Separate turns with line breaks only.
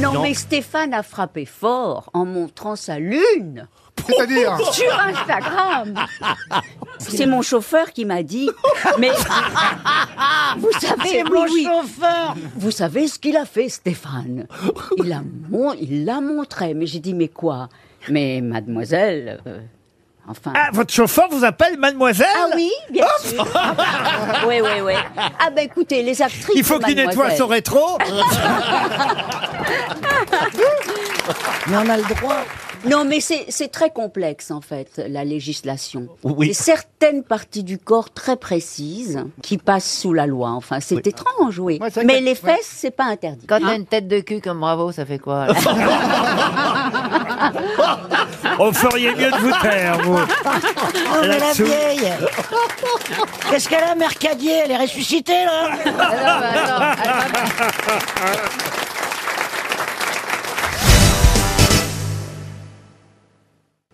Non, mais Stéphane a frappé fort en montrant sa lune.
C'est-à-dire
Sur Instagram. C'est mon chauffeur qui m'a dit. Mais vous savez,
C'est mon
oui, oui,
chauffeur
vous savez ce qu'il a fait, Stéphane. Il a mon, il l'a montré. Mais j'ai dit, mais quoi Mais mademoiselle, euh, enfin.
Ah, votre chauffeur vous appelle mademoiselle
Ah oui, bien sûr. Oui, oui, oui. Ah ben écoutez, les actrices.
Il faut qu'il nettoie
mademoiselle.
son rétro
Mais on a le droit.
Non, mais c'est c'est très complexe, en fait, la législation.
Oui.
Et certaines parties du corps très précises qui passent sous la loi. Enfin, c'est étrange, oui.
Ouais, c'est vrai
mais
que-
les
ouais.
fesses, c'est pas interdit.
Quand
Hein.
t'as une tête de cul comme bravo, ça fait quoi là
On feriez mieux de vous taire, vous
Oh, mais la
Là-dessous.
vieille Qu'est-ce qu'elle a, Mercadier Elle est ressuscitée, là